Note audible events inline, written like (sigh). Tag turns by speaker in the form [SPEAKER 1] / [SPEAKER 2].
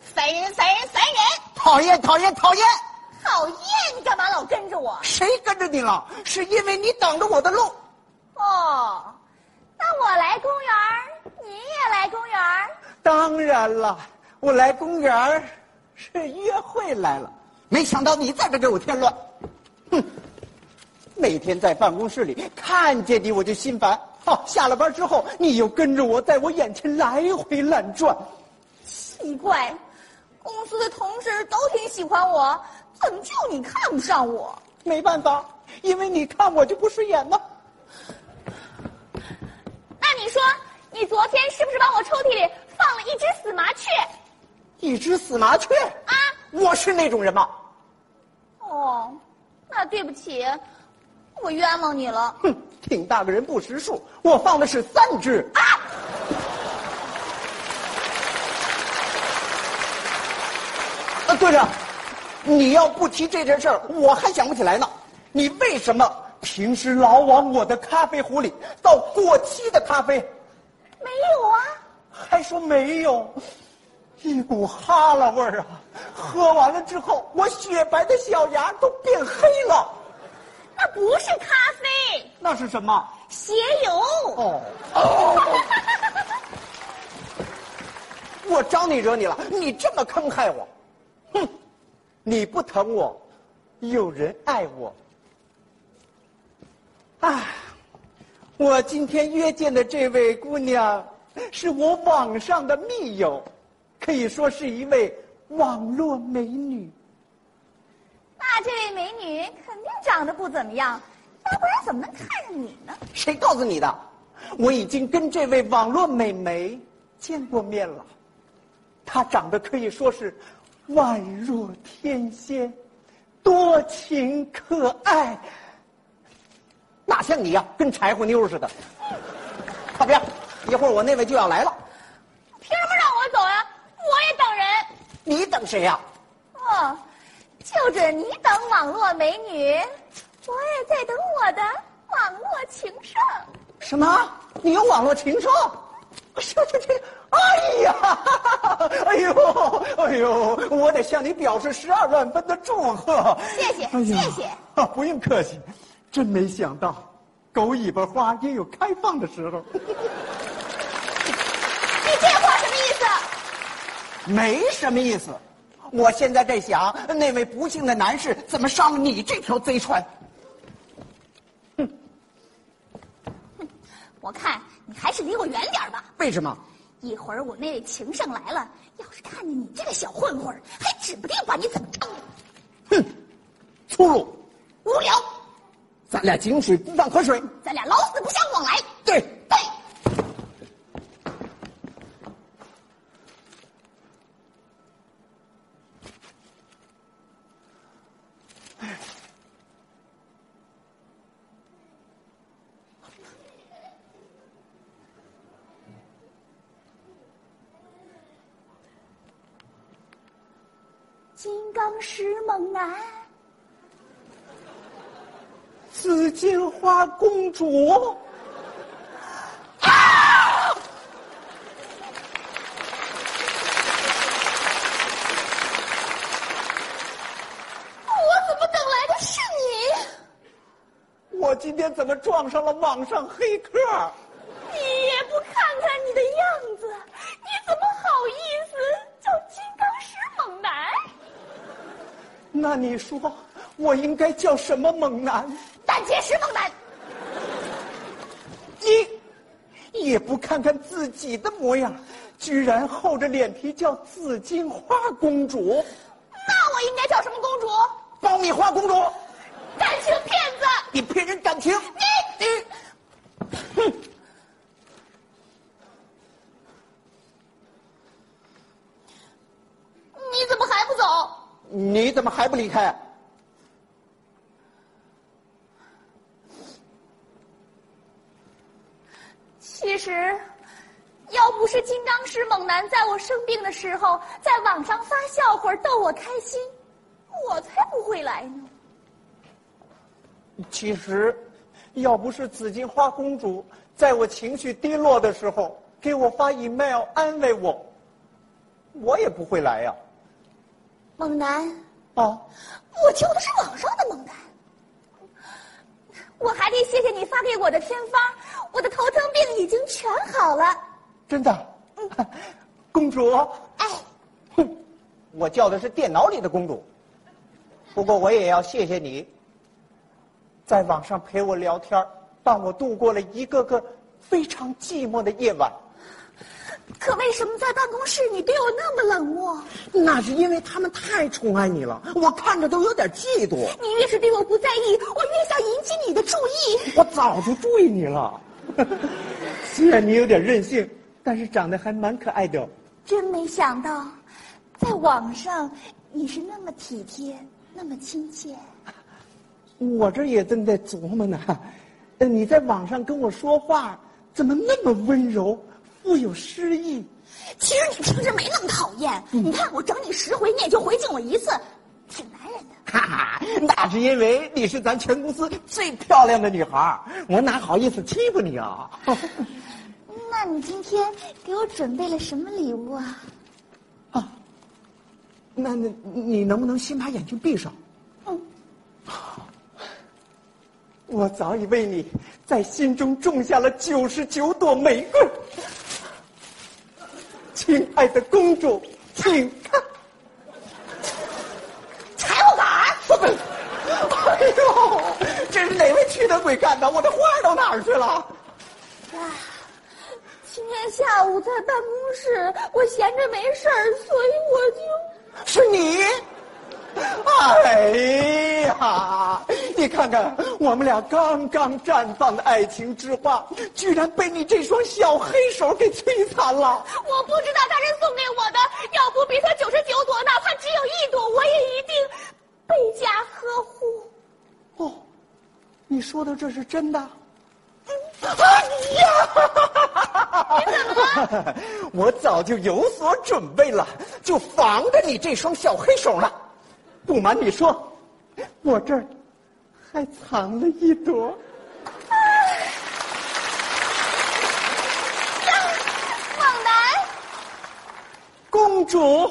[SPEAKER 1] 烦人，烦人，烦人！
[SPEAKER 2] 讨厌，讨厌，讨厌！
[SPEAKER 1] 讨厌，你干嘛老跟着我？
[SPEAKER 2] 谁跟着你了？是因为你挡着我的路。
[SPEAKER 1] 哦，那我来公园儿，你也来公园儿，
[SPEAKER 2] 当然了，我来公园儿是约会来了，没想到你在这给我添乱。哼，每天在办公室里看见你我就心烦。哦，下了班之后你又跟着我在我眼前来回乱转。
[SPEAKER 1] 奇怪，公司的同事都挺喜欢我，怎么就你看不上我？
[SPEAKER 2] 没办法，因为你看我就不顺眼呢。
[SPEAKER 1] 那你说，你昨天是不是往我抽屉里放了一只死麻雀？
[SPEAKER 2] 一只死麻雀
[SPEAKER 1] 啊！
[SPEAKER 2] 我是那种人吗？
[SPEAKER 1] 哦，那对不起，我冤枉你了。
[SPEAKER 2] 哼，挺大个人不识数，我放的是三只。啊！对了，你要不提这件事儿，我还想不起来呢。你为什么平时老往我的咖啡壶里倒过期的咖啡，
[SPEAKER 1] 没有啊，
[SPEAKER 2] 还说没有？一股哈喇味儿啊！喝完了之后，我雪白的小牙都变黑了，
[SPEAKER 1] 那不是咖啡，
[SPEAKER 2] 那是什么？
[SPEAKER 1] 鞋油。
[SPEAKER 2] 哦， (laughs) 我招你惹你了？你这么坑害我，哼！你不疼我，有人爱我。啊，我今天约见的这位姑娘，是我网上的密友，可以说是一位网络美女。
[SPEAKER 1] 那这位美女肯定长得不怎么样，要不然怎么能看上你呢？
[SPEAKER 2] 谁告诉你的？我已经跟这位网络美眉见过面了，她长得可以说是宛若天仙，多情可爱，哪像你呀、跟柴火妞似的。快别，一会儿我那位就要来了，
[SPEAKER 1] 凭什么让我走呀、我也等人。
[SPEAKER 2] 你等谁呀、
[SPEAKER 1] 哦，就着你等网络美女，我也在等我的网络情圣。
[SPEAKER 2] 什么？你有网络情圣？这这这！哎呀， (laughs) 哎呦，哎呦，我得向你表示十二万分的祝贺。
[SPEAKER 1] 谢谢
[SPEAKER 2] 哎呀
[SPEAKER 1] 谢谢
[SPEAKER 2] 啊，不用客气，真没想到，狗尾巴花也有开放的时候。
[SPEAKER 1] 你这话什么意思？
[SPEAKER 2] 没什么意思，我现在在想，那位不幸的男士怎么上了你这条贼船？
[SPEAKER 1] 我看你还是离我远点儿吧。
[SPEAKER 2] 为什么？
[SPEAKER 1] 一会儿我那位情圣来了，要是看见你这个小混混儿，还指不定把你怎么着。
[SPEAKER 2] 哼，粗鲁，
[SPEAKER 1] 无聊，
[SPEAKER 2] 咱俩井水不犯河水。
[SPEAKER 1] 咱俩老死不相往来。
[SPEAKER 2] 对，
[SPEAKER 1] 对，金刚石猛男，
[SPEAKER 2] 紫荆花公主。
[SPEAKER 1] 我怎么等来的是你？
[SPEAKER 2] 我今天怎么撞上了网上黑客？
[SPEAKER 1] 你也不看看你的样子，你怎么好意思叫金刚石猛男？
[SPEAKER 2] 那你说我应该叫什么猛男？
[SPEAKER 1] 胆结石猛男，
[SPEAKER 2] 你也不看看自己的模样，居然厚着脸皮叫紫荆花公主、
[SPEAKER 1] 那我应该叫什么公主？
[SPEAKER 2] 爆米花公主，
[SPEAKER 1] 感情骗子！
[SPEAKER 2] 你骗人感情！
[SPEAKER 1] 你你，你怎么还不走？
[SPEAKER 2] 你怎么还不离开？
[SPEAKER 1] 其实，要不是金刚石猛男在我生病的时候在网上发笑话逗我开心，我才不会来呢。
[SPEAKER 2] 其实，要不是紫荆花公主在我情绪低落的时候给我发 email 安慰我，我也不会来呀、
[SPEAKER 1] 猛男，
[SPEAKER 2] 啊。
[SPEAKER 1] 我求的是网上的猛男。我还得谢谢你发给我的偏方，我的头疼病已经全好了。
[SPEAKER 2] 真的， (laughs) 公主，哦
[SPEAKER 1] 哎，
[SPEAKER 2] 哼，我叫的是电脑里的公主。不过我也要谢谢你，在网上陪我聊天儿，伴我度过了一个个非常寂寞的夜晚。
[SPEAKER 1] 可为什么在办公室你对我那么冷漠？
[SPEAKER 3] 那是因为他们太宠爱你了，我看着都有点嫉妒。
[SPEAKER 1] 你越是对我不在意，我越想引起你的注意。
[SPEAKER 3] 我早就注意你了，
[SPEAKER 2] (laughs) 虽然你有点任性，但是长得还蛮可爱的哦。
[SPEAKER 1] 真没想到，在网上你是那么体贴，那么亲切。
[SPEAKER 3] 我这也正在琢磨呢。 (laughs) 呃你在网上跟我说话，怎么那么温柔，富有诗意？ (laughs)
[SPEAKER 1] 其实你平时没那么讨厌，你看我整你十回，你也就回敬我一次，挺男人的。
[SPEAKER 3] 哈哈，那是因为你是咱全公司最漂亮的女孩儿，我哪好意思欺负你啊？ (laughs)
[SPEAKER 1] 那你今天给我准备了什么礼物啊？
[SPEAKER 3] 啊那你你能不能先把眼睛闭上？
[SPEAKER 1] 嗯
[SPEAKER 2] 我早已为你在心中种下了九十九朵玫瑰，亲爱的公主，请看。
[SPEAKER 1] 柴火杆儿。
[SPEAKER 2] 哎呦，这是哪位驱得鬼干的？我的花儿到哪儿去了？
[SPEAKER 1] 啊，今天下午在办公室，我闲着没事儿，所以我就是
[SPEAKER 2] 你！哎呀，你看看，我们俩刚刚绽放的爱情之花，居然被你这双小黑手给摧残了。
[SPEAKER 1] 我不知道他是送给我的，要不比他九十九朵，哪怕只有一朵，我也一定倍加呵护。
[SPEAKER 2] 哦，你说的这是真的？哎呀！ (laughs) 我早就有所准备了，就防着你这双小黑手呢。不瞒你说，我这儿还藏了一朵。
[SPEAKER 1] 猛男，
[SPEAKER 2] 公主，